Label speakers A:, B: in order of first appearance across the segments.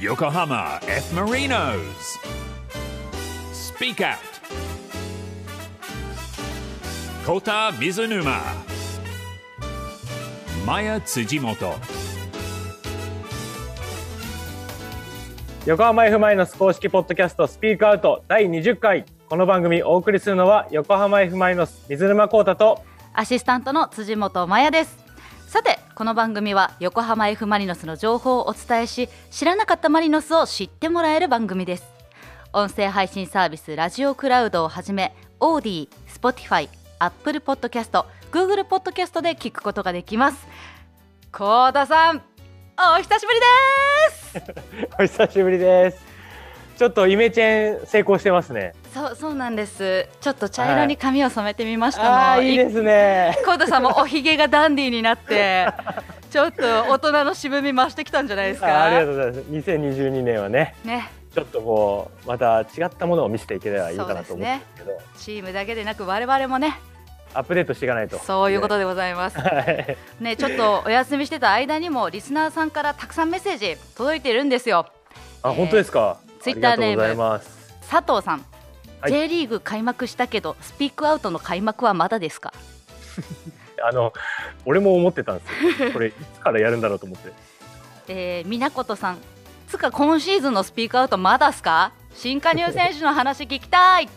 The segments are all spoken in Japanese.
A: Yokohama F. Marinos. Speak Out. Kota Mizunuma. Maya Tsujimoto.
B: 横浜 F ・マイノス公式ポッドキャストスピークアウト第20回この番組お送りするのは横浜 F ・マイノス水沼宏太と
C: アシスタントの辻本真也ですさてこの番組は横浜 F ・マリノスの情報をお伝えし知らなかったマリノスを知ってもらえる番組です音声配信サービスラジオクラウドをはじめオーディ、スポティファイ、アップルポッドキャスト、グーグルポッドキャストで聞くことができますコウタさんお久しぶりです
B: お久しぶりですちょっとイメチェン成功してますね
C: そうそうなんですちょっと茶色に髪を染めてみましたもん、
B: あーいいですね
C: コータさんもおひげがダンディーに なって、ちょっと大人の渋み増してきたんじゃないです
B: あ
C: か。
B: ありがとうございます2022年はね
C: ね、
B: ちょっとこうまた違ったものを見せていければいいかなと
C: そう
B: 思
C: で
B: ってま
C: すね
B: すけど
C: チームだけでなく我々もね、
B: アップデートしていかないと
C: そういうことでございま す。
B: はい
C: ね、ちょっとお休みしてた間にもリスナーさんからたくさんメッセージ届いてるんですよ。
B: あ本当ですか、
C: ツイッターネーム
B: ありがとうございます
C: 佐藤さん、
B: はい
C: J リーグ開幕したけどスピークアウトの開幕はまだですか。
B: あの俺も思ってたんですよこれいつからやるんだろうと思って
C: えー、みなことさん、つか今シーズンのスピークアウトまだっすか。新加入選手の話聞き たい。ね。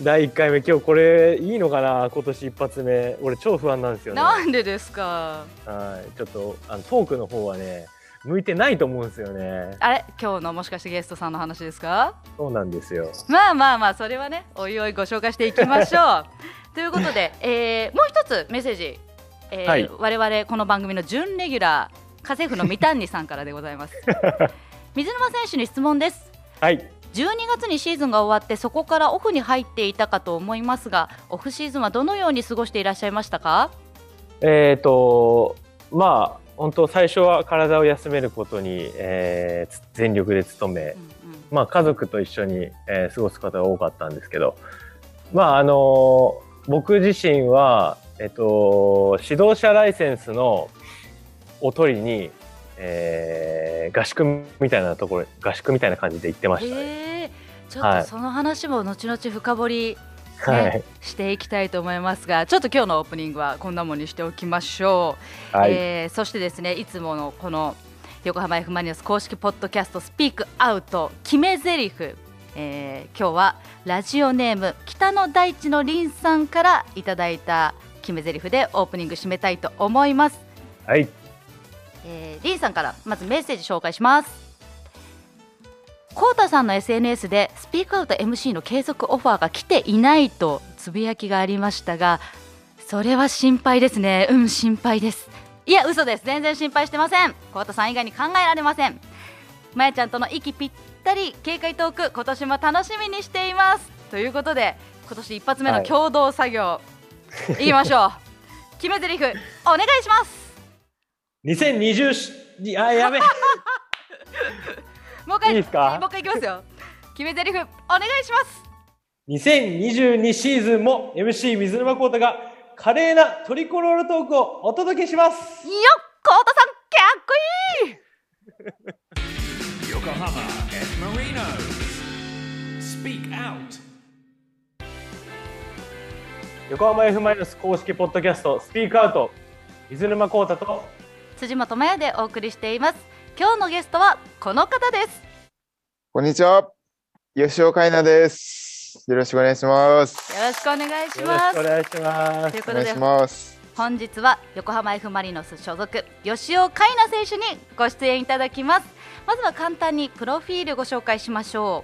B: 第1回目今日これいいのかな今年一発目俺超不安なんですよね
C: なんでですか。
B: はいちょっとあのトークの方はね向いてないと思うんですよね
C: あれ今日のもしかしてゲストさんの話ですか
B: そうなんですよ
C: まあまあまあそれはねおいおいご紹介していきまし ょうということで、えーもう一つメッセージ、えー
B: はい
C: 我々この番組の準レギュラー家政婦の三谷さんからでございます 水沼選手に質問です
B: はい
C: 12月にシーズンが終わってそこからオフに入っていたかと思いますがオフシーズンはどのように過ごしていらっしゃいましたか
B: えっ、とまあ本当最初は体を休めることに、えーつ全力で努め
C: うんうん
B: まあ、家族と一緒に、えー過ごす方が多かったんですけど、まああの僕自身は、えっと、指導者ライセンスのを取りに、えー合宿みたいなところ合宿みたいな感じで行ってましたね。
C: へえちょ
B: は
C: っ
B: い
C: とその話も後々深掘りね
B: はい、
C: していきたいと思いますがちょっと今日のオープニングはこんなもんにしておきましょう、
B: はい
C: えーそしてですねいつものこの横浜 F ・マニアス公式ポッドキャスト「スピークアウト決め台詞えー、今日はラジオネーム北の大地の凛さんからいただいた決め台詞でオープニング締めたいと思います
B: はい、
C: えー、リンさんからまずメッセージ紹介しますコウタさんの SNS でスピークアウト MC の継続オファーが来ていないとつぶやきがありましたがそれは心配ですねうん心配ですいや嘘です全然心配してませんコウタさん以外に考えられませんまやちゃんとの息ぴったり警戒トーク今年も楽しみにしていますということで今年一発目の共同作業、い、きましょう決め台詞お願いします
B: 2020しあやべ
C: もう一回
B: いいですか
C: もう一回いきますよ。 決め台詞お願いします。
B: 2022シーズンも MC 水沼宏太が華麗なトリコロールトークをお届けします
C: よっ、コウタさん、かっこいい。
A: Yokohama F. Marinos. Speak Out.
B: 横浜 F ・マイノス公式ポッドキャストスピークアウト水沼宏太と
C: 辻本麻也でお送りしています。今日のゲストはこの方です。
D: こんにちは。吉岡いなです。よろしくお願いします。
C: よろしくお願いし
B: よろ
C: ま
B: しくお
C: す。
B: 願いしま
C: とい
B: す
C: う
D: お
C: こと
D: 願い
C: で
D: します。
C: 本日は横浜 F ・マリノス所属吉尾海奈選手にご出演いただきますまずは簡単にプロフィールご紹介しましょ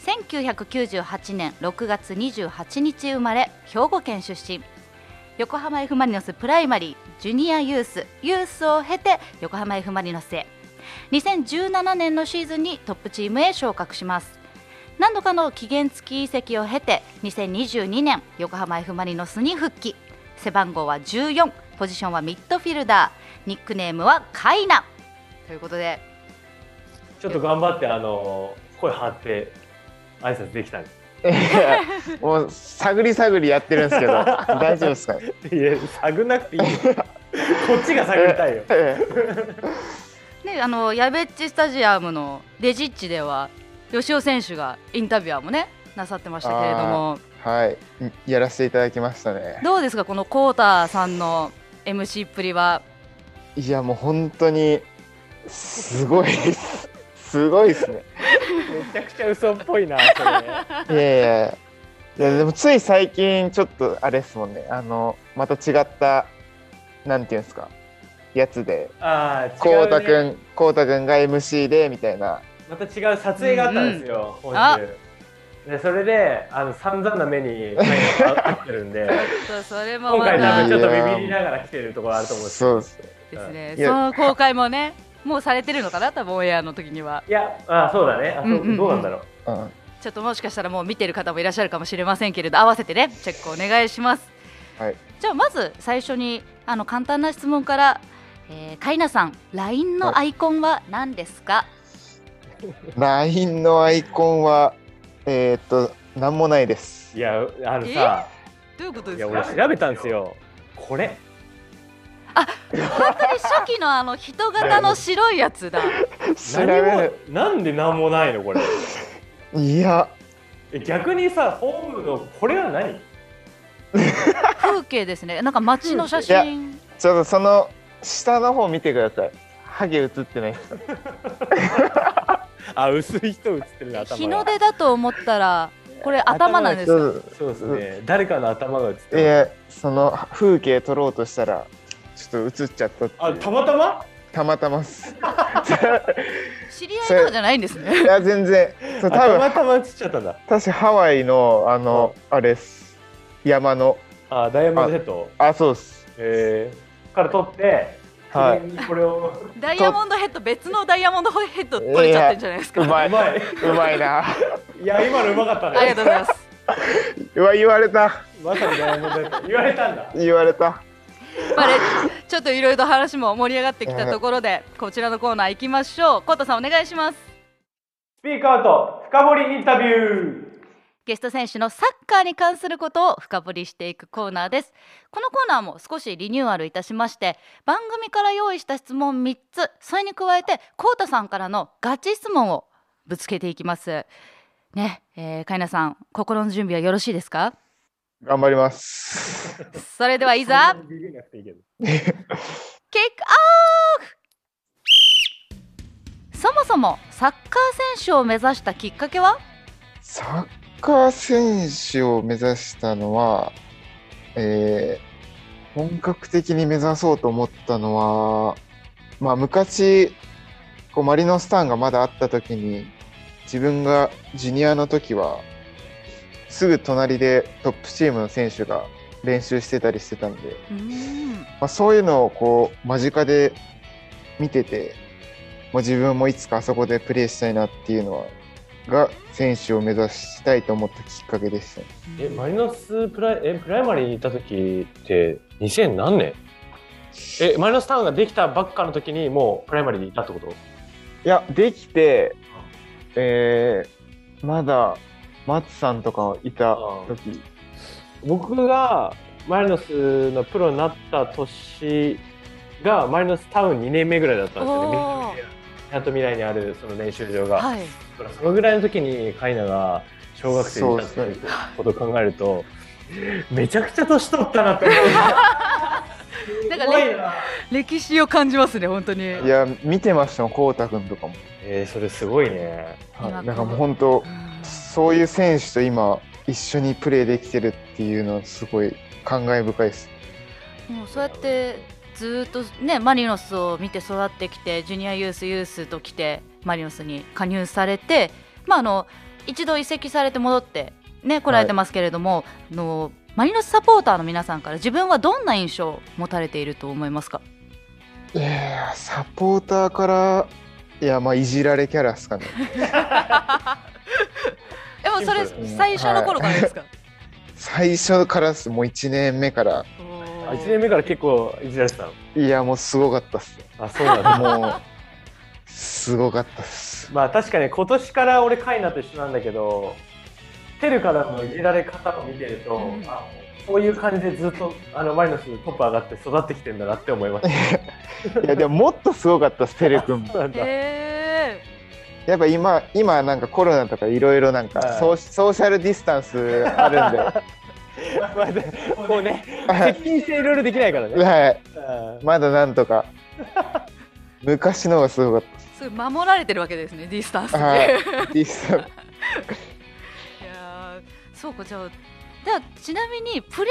C: う1998年6月28日生まれ兵庫県出身横浜 F ・マリノスプライマリージュニアユースユースを経て横浜 F ・マリノスへ2017年のシーズンにトップチームへ昇格します何度かの期限付き移籍を経て2022年横浜 F ・マリノスに復帰背番号は14ポジションはミッドフィルダーニックネームはカイナということで
B: ちょっと頑張ってあの声張って挨拶できたんで
D: もう探り探りやってるんですけど、大丈夫ですかね。
B: すいや探んなくていいよこっちが探りたいよ
D: ええ
C: ねね、あのやべっちスタジアムのレジッチでは吉尾選手がインタビュアーもねなさってましたけれども
D: はい、いやらせていただきましたね。
C: どうですかこのコーターさんの MC っぷりはい
D: や、もう本当に、すごいっす、すごいですね。
B: めちゃくちゃ嘘っぽいな、それ。
D: いやいやいや、いやでもつい最近、ちょっとあれですもんね、あの、また違った、なんていうんですか、やつで、
B: ああ、
D: こうた
B: 違
D: く
B: ね。
D: ん、こうたくんが MC で、みたいな。
B: また違う撮影があったんですよ、
C: ん
B: 今週。で、それで、あの、散々な目に、あってるんで、
C: そうそれも
B: 今
C: ま
B: 回多
C: た
B: 分ち
C: で
B: ょっとビビりながら来てるところあると思うんですけど
D: そうですね。
C: すね
D: い
C: そ
D: や
C: の公開もねもうされてるのかな多分オンエアの時にはい
B: や、あそうだね。あそ
C: うんうんうん
B: どうなんだろう。
D: うん
C: ちょっともしかしたらもう見てる方もいらっしゃるかもしれませんけれど合わせてねチェックお願いします
D: はい、
C: じゃあまず最初にあの簡単な質問から、えー、カイナさん LINE のアイコンは何ですか、
D: LINE のアイコンは、えー、っと、なんもないです。
B: いや、あのさ、
C: どういうこと
B: いや、俺調べたんですよ。これ。
C: 本当に初期のあの人型の白いやつだ
D: 調べ
B: 何も
D: る。
B: なんで何もないのこれ
D: いや、
B: え逆にさホームのこれは何
C: 風景ですねなんか街の写真
D: ちょっとその下の方見てください。ハゲ映ってない。
B: あ薄い人映ってるな頭が
C: 日の出だと思ったらこれ頭なんです
D: ち
C: か
D: ょっ
B: そうですね誰かの頭が映って
D: とい
B: る
D: や、その風景撮ろうとしたら、ちょっと映っちゃったっていう
B: あたまたま
D: たまたまっす。
C: 知り合いとかじゃないんですね
D: いや、全然。そう
B: あ
D: 多
B: た
D: 分
B: またま映っちゃったんだ
D: 私ハワイの、あの、あれっす。山の。
B: あダイヤモンドヘッド
D: あ、そうっす。
B: えー、から撮って
D: はい
B: 記念にこれを
C: ダイヤモンドヘッド別のダイヤモンドヘッド取れちゃってるんじゃないです
D: う
C: か
D: ま
B: う
D: い。
B: まいう
D: まいな。
B: いや今のうまかった
C: あ
B: ね
C: りがとうございます
D: うわ、言われた。
B: まさにダイヤモンドヘッド言われたんだ
D: 言われた。
C: まあねちょっといろいろ話も盛り上がってきたところでこちらのコーナー行きましょうコータさんお願いします
B: スピーカーと深掘りインタビュー
C: ゲスト選手のサッカーに関することを深掘りしていくコーナーですこのコーナーも少しリニューアルいたしまして番組から用意した質問3つそれに加えてコータさんからのガチ質問をぶつけていきますね、えー、カイナさん心の準備はよろしいですか
D: 頑張ります。
C: それではいざ
B: ビビんなくていいけど
C: キックオフそもそもサッカー選手を目指したきっかけは
D: サッカー選手を目指したのは、えー本格的に目指そうと思ったのは、まあ、昔こうマリノスターンがまだあった時に自分がジュニアの時はすぐ隣でトップチームの選手が練習してたりしてたんで、
C: うーん
D: まあ、そういうのをこう間近で見ててもう自分もいつかあそこでプレーしたいなっていうのはが選手を目指したいと思ったきっかけでしたね
B: えマリノスプライえプライマリーにいた時って2000何年えマリノスタウンができたばっかの時にもうプライマリーにいたってこと
D: いやできてえーまだ松さんとかいた時
B: 僕がマリノスのプロになった年がマリノスタウン2年目ぐらいだったんですよね
C: おー
B: みなとみらいにあるその練習場が、
C: はい
B: だからそのぐらいの時にカイナが小学生にいたっていうことを考えると、 めちゃくちゃ年取ったなって思う
C: なん
B: す
C: か
B: ご
C: ね
B: いな
C: 歴史を感じますね本当に
D: いや見てましたもんこうたくんとかも、
B: えー、それすごいね
D: はい、な
C: 今
D: んかもう本当そういう選手と今一緒にプレーできてるっていうのはすごい感慨深いです
C: もうそうやってずっとねマリノスを見て育ってきてジュニアユースユースと来てマリノスに加入されて、まあ、あの一度移籍されて戻って、ね、来られてますけれども、あのマリノスサポーターの皆さんから自分はどんな印象を持たれていると思いますか
D: いやーサポーターからいやまあいじられキャラです かね
C: えもうそれ
B: シンプル
D: ですね
C: 最初の頃からですか、
D: 最初からっすもう1年目から
C: おー
B: 1年目から結構いじられてたの
D: いやもうすごかったっす
B: あそうなんだ
D: もうすごかったっす
B: まあ確かに今年から俺カイナと一緒なんだけどテルからのいじられ方を見てると、
C: うん
B: あこういう感じでずっとあのマリノストップ上がって育ってきてんだなって思いまし
D: いやでももっとすごかったです、ペレ君。
B: た。なんだ。
C: へ
D: やっぱ今、今なんかコロナとかいろいろなん
B: は
D: か
B: い
D: ソーソーシャルディスタンスある んで、
B: まあでこうね、
D: はい
B: 接近していろいろできないからね。
D: はい、
B: うん
D: まだなんとか。昔の方がすごかっ
C: えすごい守られてるわけですねディスタンスで、、
D: た。はいい
C: や。
D: ディスタンス
C: ーそうかじゃあじゃあちなみにプレ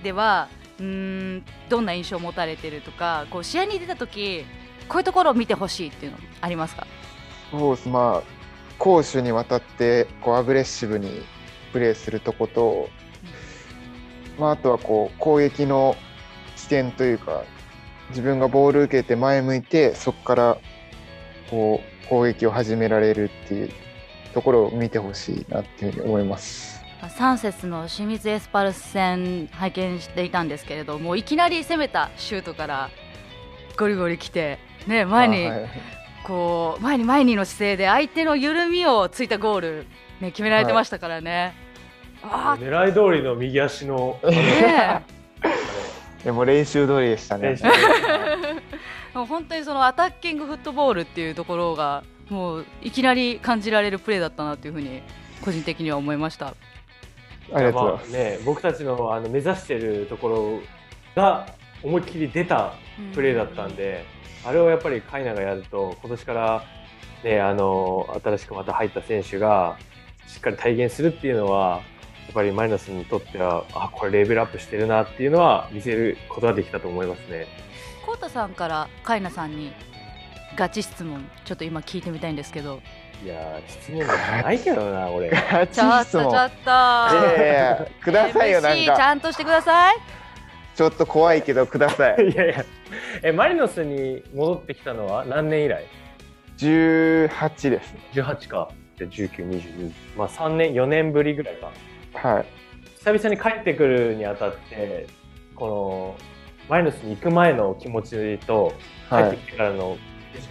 C: ーではうーんどんな印象を持たれてるとかこう試合に出た時こういうところを見てほしいっていうのありますか
D: そうですまあ攻守にわたってこうアグレッシブにプレーするとこと、まあ、あとはこう攻撃の起点というか自分がボール受けて前向いてそこからこう攻撃を始められるっていうところを見てほしいなっていうふうに思います。
C: 3節の清水エスパルス戦拝見していたんですけれどもいきなり攻めたシュートからゴリゴリ来て、ね、前に
D: あはい
C: こう前に前にの姿勢で相手の緩みをついたゴール、ね、決められてましたからね。あー
B: 狙い通りの右足の
C: ねえ
D: でも練習通りでしたね
B: 練。 習。
C: もう本当にそのアタッキングフットボールっていうところがもういきなり感じられるプレーだったなというふうに個人的には思いました。
D: ありがとうございま
B: あ
D: す。
B: ね、僕たちのあの目指してるところが思いっきり出たプレーだったんで、あれをやっぱりカイナがやると、今年から、ね、あの新しくまた入った選手がしっかり体現するっていうのは、やっぱりマリノスにとっては、あこれ、レベルアップしてるなっていうのは見せることができたと思いますね。
C: コウタさんからカイナさんにガチ質問ちょっと今聞いてみたいんですけど
B: いやー、質問じゃないけどな、俺。
D: 勝
C: ちょっ
D: ち質
C: とちょ
D: 問。
C: っと
D: いやいやいやくださいよなん
C: MC ち
D: か
C: ゃんとしてください
D: ちょっと怖いけどくださ い。
B: いやいや、えマリノスに戻ってきたのは何年以来
D: 18です。
B: 18か。じゃあ19、20、まあ3年、4年ぶりぐらいか。
D: はい。
B: 久々に帰ってくるにあたって、この、マリノスに行く前の気持ちと、帰
D: は
B: って。
D: い
B: きてからの、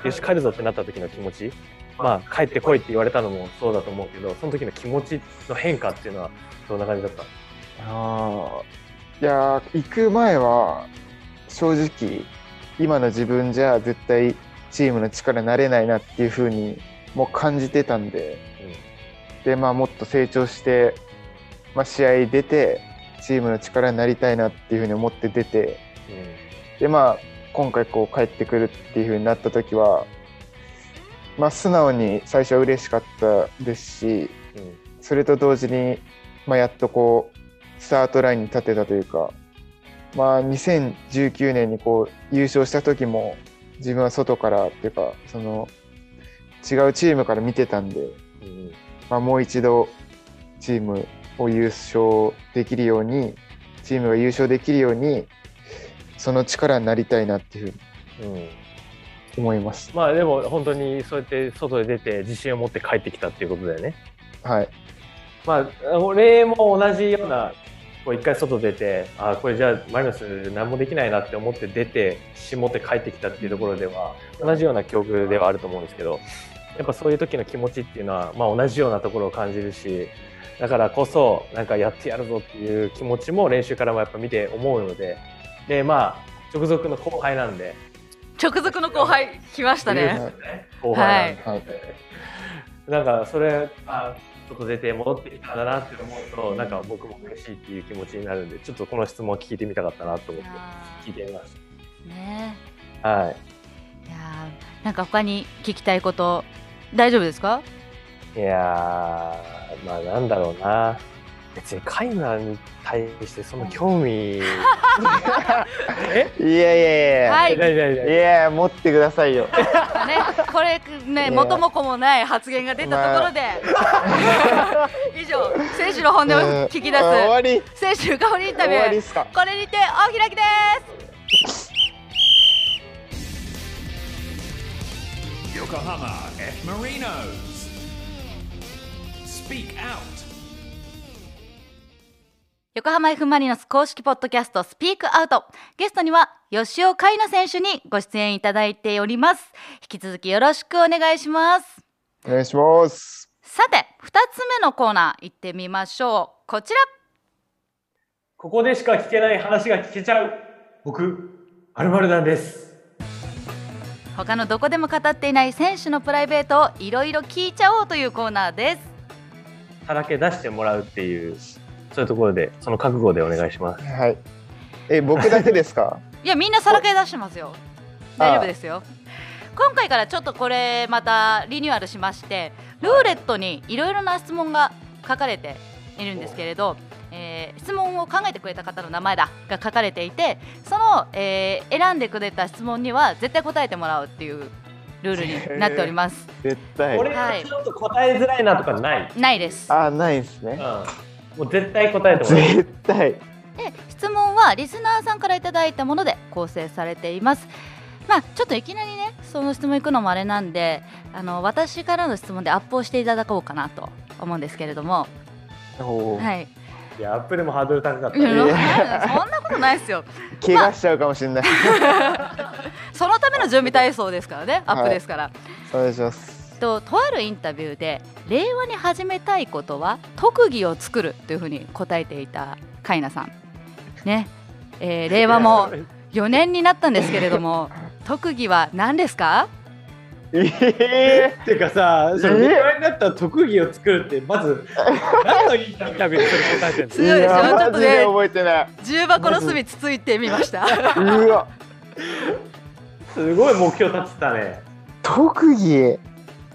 B: よし、帰るぞってなった時の気持ち、まあ、帰ってこいって言われたのもそうだと思うけど、その時の気持ちの変化っていうのは、どんな感じだった
D: あーいやー行く前は正直今の自分じゃ絶対チームの力になれないなっていう風にもう感じてたんでで、まあ、もっと成長して、まあ、試合出てチームの力になりたいなっていう風に思って出てで、まあ、今回こう帰ってくるっていう風になった時は、まあ、素直に最初は嬉しかったですし
B: うん。うん。
D: それと同時に、まあ、やっとこうスタートラインに立てたというか、まあ、2019年にこう優勝した時も自分は外からっていうかその違うチームから見てたんで、
B: うん。
D: まあ、もう一度チームを優勝できるようにチームが優勝できるようにその力になりたいなっていうふうに
B: うん。うん
D: 思います。
B: まあでも本当にそうやって外で出て自信を持って帰ってきたっていうことだよね。
D: はい、
B: まあ、俺も同じような、こう一回外出て、あこれじゃあマリノス何もできないなって思って出て、自信持って帰ってきたっていうところでは、同じような境遇ではあると思うんですけど、やっぱそういう時の気持ちっていうのは、まあ同じようなところを感じるし、だからこそ、なんかやってやるぞっていう気持ちも練習からもやっぱ見て思うので、で、まあ、直属の後輩なんで、
C: 直属の後輩来ましたね
D: はい
B: 後輩なんで、
D: はい
B: なんかそれあちょっと出て戻ってきたんだなって思うとなんか僕も嬉しいっていう気持ちになるんでちょっとこの質問は聞いてみたかったなと思って
C: あ
B: 聞いてみまし
C: ーね
B: たはい
C: いやーなんか他に聞きたいこと大丈夫ですか
B: いやーまあなんだろうな別にカイナに対してその興味え
D: いやいやいや、
C: はい
B: 何何何
D: いやいや持ってくださいよ。
C: ね、これね
D: や
C: 元も子もない発言が出たところで、以上選手の本音を聞き出
D: あ終わり
C: す選手香りインタビ
D: 終わり
C: ュ
D: っ
C: ー
D: すか
C: これにてお開きです
A: Yokohama F. Marinos. Speak Out.
C: 横浜 F ・マリノス公式ポッドキャストスピークアウトゲストには吉尾海奈選手にご出演いただいております引き続きよろしくお願いします
D: お願いします。
C: さて2つ目のコーナー行ってみましょうこちら
E: ここでしか聞けない話が聞けちゃう僕アルマルダンです
C: 他のどこでも語っていない選手のプライベートをいろいろ聞いちゃおうというコーナーです
B: さらけ出してもらうっていうそういうところでその覚悟でお願いします
D: はい。え、僕だけですか
C: いやみんなさらけ出してますよ大丈夫ですよ今回からちょっとこれまたリニューアルしましてルーレットにいろいろな質問が書かれているんですけれど、えー質問を考えてくれた方の名前だが書かれていてその、えー選んでくれた質問には絶対答えてもらうっていうルールになっております
D: 絶対
E: 俺
C: はい
E: ちょっと答えづらいなとかない、
C: ないです
D: あ、ないですね。
E: うん、もう絶対答えてもらう
D: 絶対。
C: で質問はリスナーさんからいただいたもので構成されています。まあ、ちょっといきなりねその質問いくのもあれなんであの私からの質問でアップをしていただこうかなと思うんですけれども、
D: おー
C: はい、
E: いやアップでもハードル高かった
C: いや
E: ね
C: そ
D: ん
C: んなことないですよ
D: 怪我しちゃうかもしれない。
C: そのための準備体操ですからねアップですから、
D: お願いします。
C: ととあるインタビューで令和に始めたいことは特技を作るというふうに答えていたカイナさんね、えー令和も4年になったんですけれども特技は何ですか
D: え
E: っていうかさ、その
D: え
E: 令和になったら特技を作るって、まず、何のインタビューでそれ答え てるん
D: ー、
C: 強いでしょ
D: や
C: ちょっ
D: マ
C: と
D: ジ
C: ね
D: で覚えてない。
C: 重箱の隅つついてみました。
D: うわ、
E: すごい目標立ってたね。
D: 特技。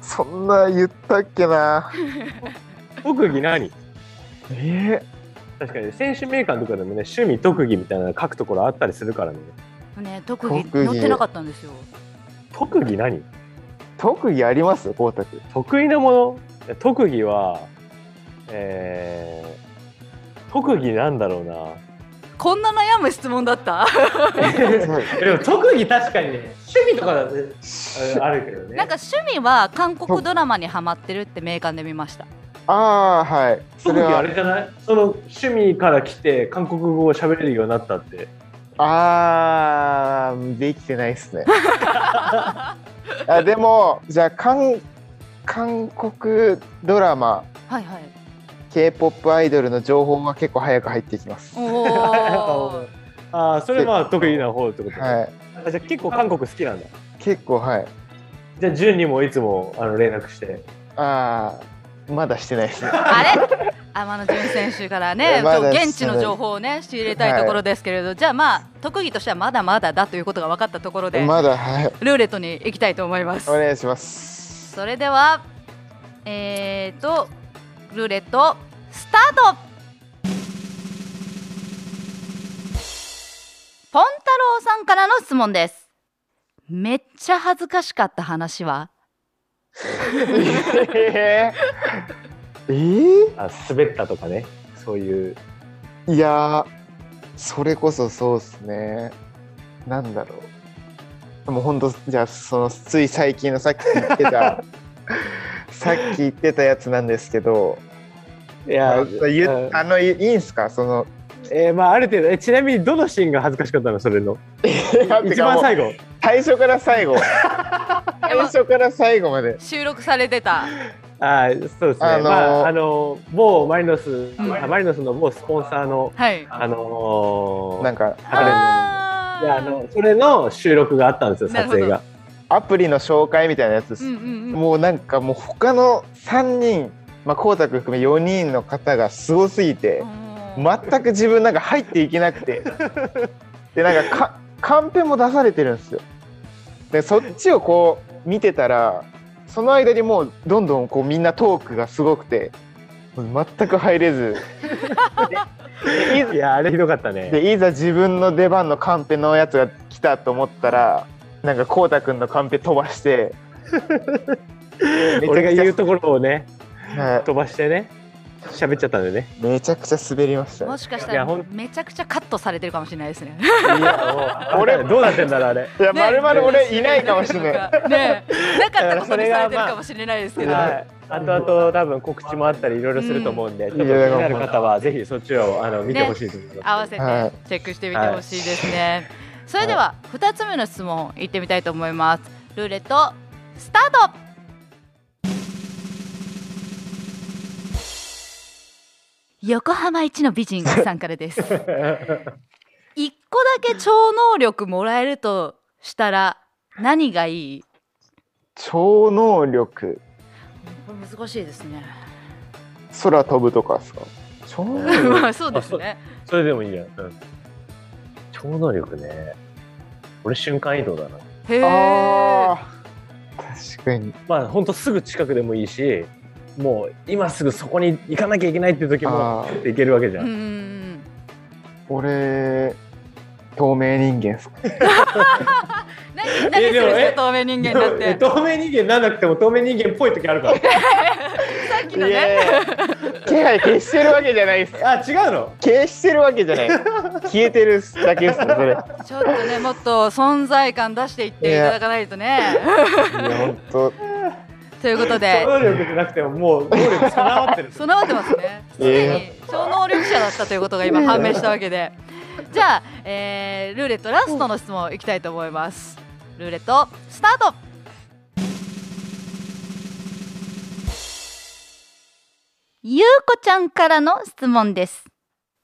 D: そんな言ったっけな。
B: 特技何
D: え
B: 確かに選手名鑑とかでもね趣味特技みたいなの書くところあったりするからね
C: ね、特技
D: 特技
C: 載ってなかったんですよ。
B: 特技何
D: 特技あります、光太君。
B: 得意なもの特技はえー、特技なんだろうな
C: こんな悩む質問だった。
E: でも特技確かにね、趣味とかだね、あるけどね。
C: なんか趣味は韓国ドラマにハマってるって名鑑で見ました。
D: ああ、はい。そ
E: 特
D: れ
E: 技あ
D: は。
E: れじゃない
B: その趣味から来て韓国語を喋れるようになったって
D: あー、できてないですね。 あ、でも、じゃあ、韓、韓国ドラマ。
C: はいはい。
D: K-POP アイドルの情報が結構早く入ってきます。は
C: お お。
B: ああそれまあ特技な方ってことね、
D: い。
B: あじゃあ結構韓国好きなんだ
D: 結構はい。
B: じゃあ潤にもいつもあの連絡して
D: ああ、まだしてないですね。
C: あれ。天野純選手からね、
D: いやまだ
C: ちょっと現地の情報をね、仕入れたいところですけれど、じゃあまあ特技としてはまだまだだということが分かったところで、
D: まだはい。
C: ルーレットに行きたいと思います
D: お。願い します。
C: それでは、えーとルーレットスタートポン太郎さんからの質問ですめっちゃ恥ずかしかった話は
D: えー、え
B: あ滑ったとかねそういう
D: ーいやー、それこそそうですね。なんだろう。もう本当じゃあそのつい最近のさっき言って たさっき言ってたやつなんですけど、
B: い
D: あ
B: や
D: ゆあのいいいんすかその
B: えーまあある程度えちなみにどのシーンが恥ずかしかったのそれの一番最後
D: 最初から最後最初から最後まで
C: 収録されてた
B: あーそうですね、
D: あのー
B: まああのー某マリノス、
C: ん
B: あマリノスの某スポンサーの
C: はい
B: あのー
D: なんか
B: 彼の
C: あー
B: いやあのそれの収録があったんですよ撮影
C: なる
B: が
D: アプリの紹介みたいなやつです、
C: うんうんうん
D: もうなんかもう他の3人まあ光太君含め4人の方がすごすぎて全く自分なんか入っていけなくてでなんかかカンペも出されてるんですよでそっちをこう見てたらその間にもうどんどんこうみんなトークがすごくてもう全く入れず
B: いやあれひどかったね
D: でいざ自分の出番のカンペのやつが来たと思ったらなんかこうたくんのカンペ飛ばして
B: 俺が言う
D: と、
B: ところをね
D: は
B: 飛ばしてね喋っちゃったんでね
D: い、めちゃくちゃ滑りました
C: も
D: ね
C: しかした
B: い
C: ら
B: やほん
C: めちゃくちゃカットされてるかもしれないですね。
B: いやもう
D: 俺
B: 俺どうなってんだろうあれ
D: いやまるまる俺
C: ね
D: いないかもしれない
C: い。ねえなかったことにされてるかもしれないですけど。
B: はい後々多分告知もあったりいろいろすると思うんで、ちょっと気になる方はぜひそっちをあの見てほしいと思います、
C: 合わせて
D: は
C: チェックしてみてほしいですね、それでは2つ目の質問いってみたいと思いますルーレットスタート横浜一の美人さんからです一個だけ超能力もらえるとしたら何がいい
D: 超能力
C: これ難しいですね
D: 空飛ぶとかですか超能力
C: まあそうですね
B: それでもいいや、うん、超能力ね俺瞬間移動だな
C: へえ
D: あー確かに
B: まあほんとすぐ近くでもいいしもう今すぐそこに行かなきゃいけないっていう時も
D: あー
B: 行けるわけじゃ、
C: うんんうん
D: 俺透明人間ですか
C: 何何するん
E: え
C: です
E: で
C: か透明人間に なっ
E: え
C: て
E: 透明人間なんなくても透明人間っぽい時あるから
C: さっき
D: い
C: の
D: やい
C: ね
D: や 気配消してるわけじゃないです
E: あ違うの
D: 消してるわけじゃない消えてるだけですねそれ
C: ちょっとねもっと存在感出していっていただかないとね
D: いや本当
C: ということで
E: 超能力じゃなくてももう能力備わってる
C: 備わってますね。すでに超能力者だったということが今判明したわけで。じゃあ、えールーレットラストの質問いきたいと思います。ルーレットスタート。ゆうこちゃんからの質問です。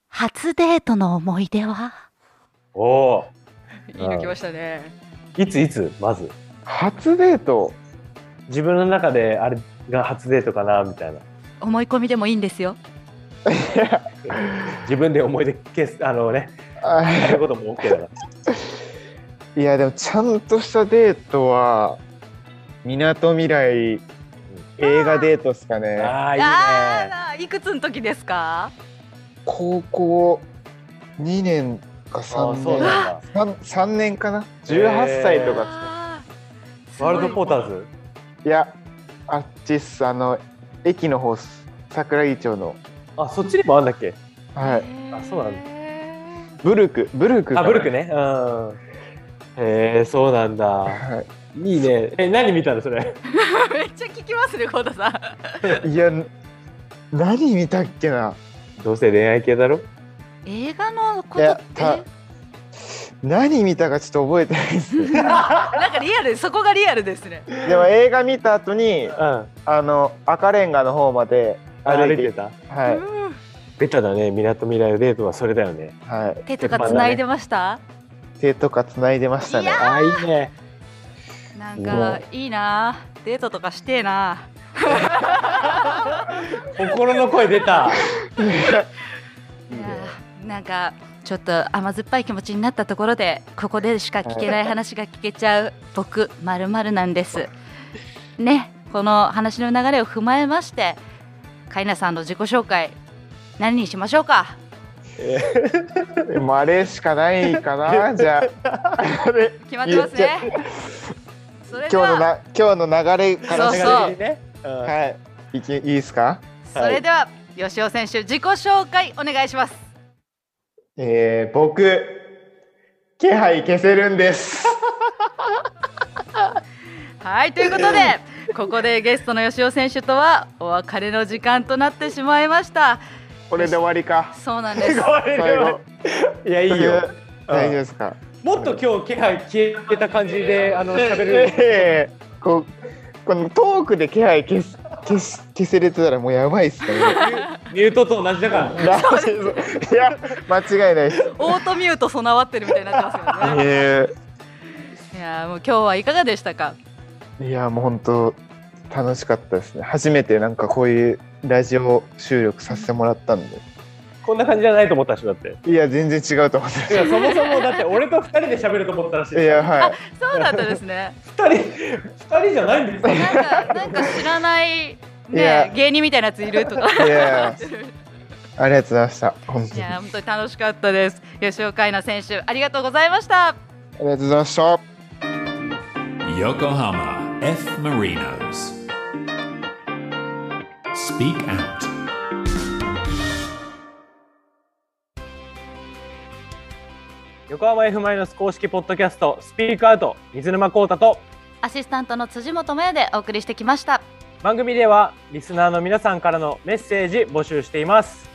C: 初デートの思い出は？
B: おお
C: いいの来ましたね。
B: ーいついつまず
D: 初デート
B: 自分の中であれが初デートかなみたいな
C: 思い込みでもいいんですよ。
B: 自分で思い出消すあのねや
D: あ
B: ることも OK だから
D: いやでもちゃんとしたデートはみなとみらい映画デートですかね
B: ああーいいね
C: あーいくつの時ですか？
D: 高校2年
B: あ
D: か3
B: ーそう
D: 年
B: なんだ
D: 3, 年かな
B: へー
D: 18歳とか
C: あーすごい
B: ワールドポーターズ
D: いやあっちっすあの駅の方っす桜木町の
B: あそっちにもあんだっけ
D: はい
B: あそうなんだ
C: だ。
D: ブルクブルクか
B: あ
D: な
B: ブルクねうんへえそうなんだ
D: はい
B: いいねえ何見たのそれ
C: めっちゃ聞きますね、コウタさん。
D: いや何見たっけな
B: どうせ恋愛系だろ
C: 映画のこ
D: い
C: と
D: や
C: って、
D: た何見たかちょっと覚えてないで すね
C: なんかリアル、そこがリアルですね。
D: でも映画見た後に
B: うん
D: あの赤レンガの方まで歩
B: 歩
D: い
B: い
D: て
B: てた
D: はい
C: うん
B: ベタだねみなとみらいデートはそれだよね
D: はい
C: 手とか繋いでました。
D: 手とか繋いでました
C: い
D: ね
C: や
B: あーいいね
C: なんかいいな、デートとかしてえな。
B: 心の声出た
C: いやーなんかちょっと甘酸っぱい気持ちになったところで、ここでしか聞けない話が聞けちゃう僕まるまるなんです。ね、この話の流れを踏まえまして、カイナさんの自己紹介何にしましょうか。
D: でもあれしかない かなじゃああれ
C: 決まってます
D: 言っ
C: ね。それで
D: 今日の
C: は、
D: な今日の流れから
C: そう
D: し
C: そう
D: て
B: ねうん
D: はいいきいいですか
C: それでは、吉尾選手自己紹介お願いします。
D: えー、僕気配消せるんです
C: はい、ということ で、ここでゲストの吉尾選手とはお別れの時間となってしまいました。
D: これで終わりか
C: そうなんです。
B: これ
D: 最
B: で
D: 後
B: もいやいいよ
D: 大丈夫ですか
B: もっと今日気配消えた感じであの喋る
D: ええここのトークで気配消す消し消せれてたらもうやばいっすね。
B: ミュートと同じだから
D: いや間違いないです。
C: オートミュート備わってるみたいになってますよね。
D: え
C: いやー、もう今日はいかがでしたか。
D: えいやもう本当楽しかったですね。初めてなんかこういうラジオ収録させてもらったんで。
B: こんな感じじゃないと思った人だって
D: いや全然違うと思って
B: いやそもそもだって俺と二人で喋ると思ったらしい
D: ました。いやはい。
C: そうだったです ね。
B: 二人二人じゃないんですか
C: なんか、なんか知らない。
D: いや
C: ね、芸人みたいなやついるとか。
D: いや ありがとうございました。本当
C: い
D: にあ
C: やー、本当に楽しかったです。吉尾海奈選手、ありがとうございました。
D: りがとうございました。
A: Yokohama F. Marinos. Speak Out.
B: 横浜 F ・マイナス公式ポッドキャストスピークアウト水沼孝太と
C: アシスタントの辻元麻也でお送りしてきました。
B: 番組ではリスナーの皆さんからのメッセージ募集しています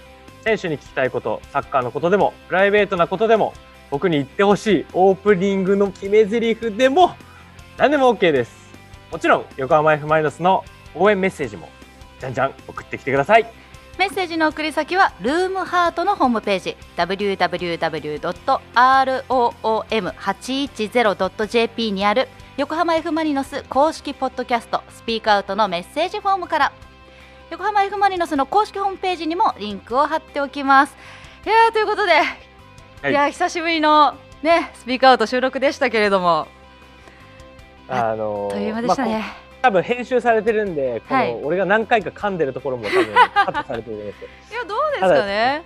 B: 選手に聞きたいことサッカーのことでもプライベートなことでも僕に言ってほしいオープニングの決め台詞でも何でも OK ですもちろん横浜 F ・マイナスの応援メッセージもじゃんじゃん送ってきてください
C: メメッセージの送り先はルームハートのホームページ www.room810.jp にある横浜 F ・マリノス公式ポッドキャストスピークアウトのメッセージフォームから横浜 F ・マリノスの公式ホームページにもリンクを貼っておきます。いやーということで、い、やー久しぶりのねスピークアウト収録でしたけれども、
B: あの
C: という間でした
B: まあ
C: ね
B: こ。う多分編集されてるんで、この
C: はい
B: 俺が何回か噛んでるところも多 分カットされてるんですよ
C: いやどうですかね。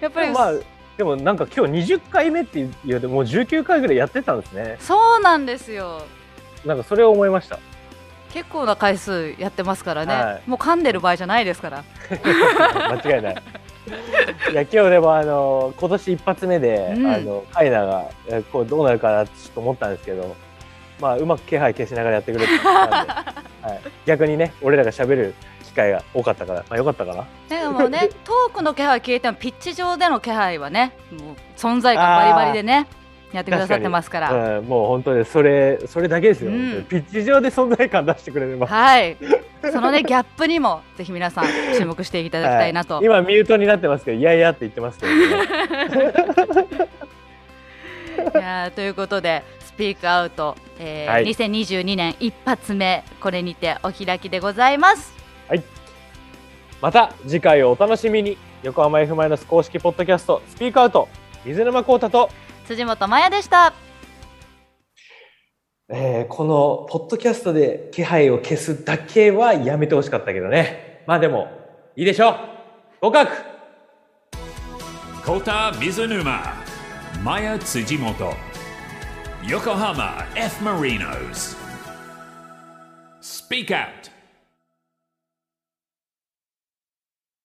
C: やっぱ
B: で
C: り、
B: もまあでもなんか今日20回目って言うてもう19回ぐらいやってたんですね。
C: そうなんですよ。
B: なんかそれを思いました。
C: 結構な回数やってますからね、
B: はい
C: もう噛んでる場合じゃないですから
B: 間違いない。いや今日でもあの今年一発目で、
C: うん
B: あのカイナがえこうどうなるかなってちょっと思ったんですけど、まあうまく気配消しながらやってくれてたん で、はい、逆にね俺らが喋る機会が多かったからまあ良かったかな。
C: でも ねトークの気配は消えてもピッチ上での気配はねもう存在感バリバリでねやってくださってますから
B: うん、もう本当にそれそれだけですよ、
C: うん
B: 本当にピッチ上で存在感出してくれれば、
C: はいそのねギャップにもぜひ皆さん注目していただきたいなと、
B: 今ミュートになってますけどいやいやって言ってますけど、
C: いやーということでスピークアウト、えー
B: はい
C: 2022年一発目これにてお開きでございます
B: また次回をお楽しみに横浜 F ・マイナス公式ポッドキャストスピークアウト水沼宏太と
C: 辻本麻也でした
E: えーこのポッドキャストで気配を消すだけはやめてほしかったけどね。まあでも、いいでしょう合格
A: Kota Mizunuma, Maya Tsujimoto, Yokohama F Marinos. Speak Out.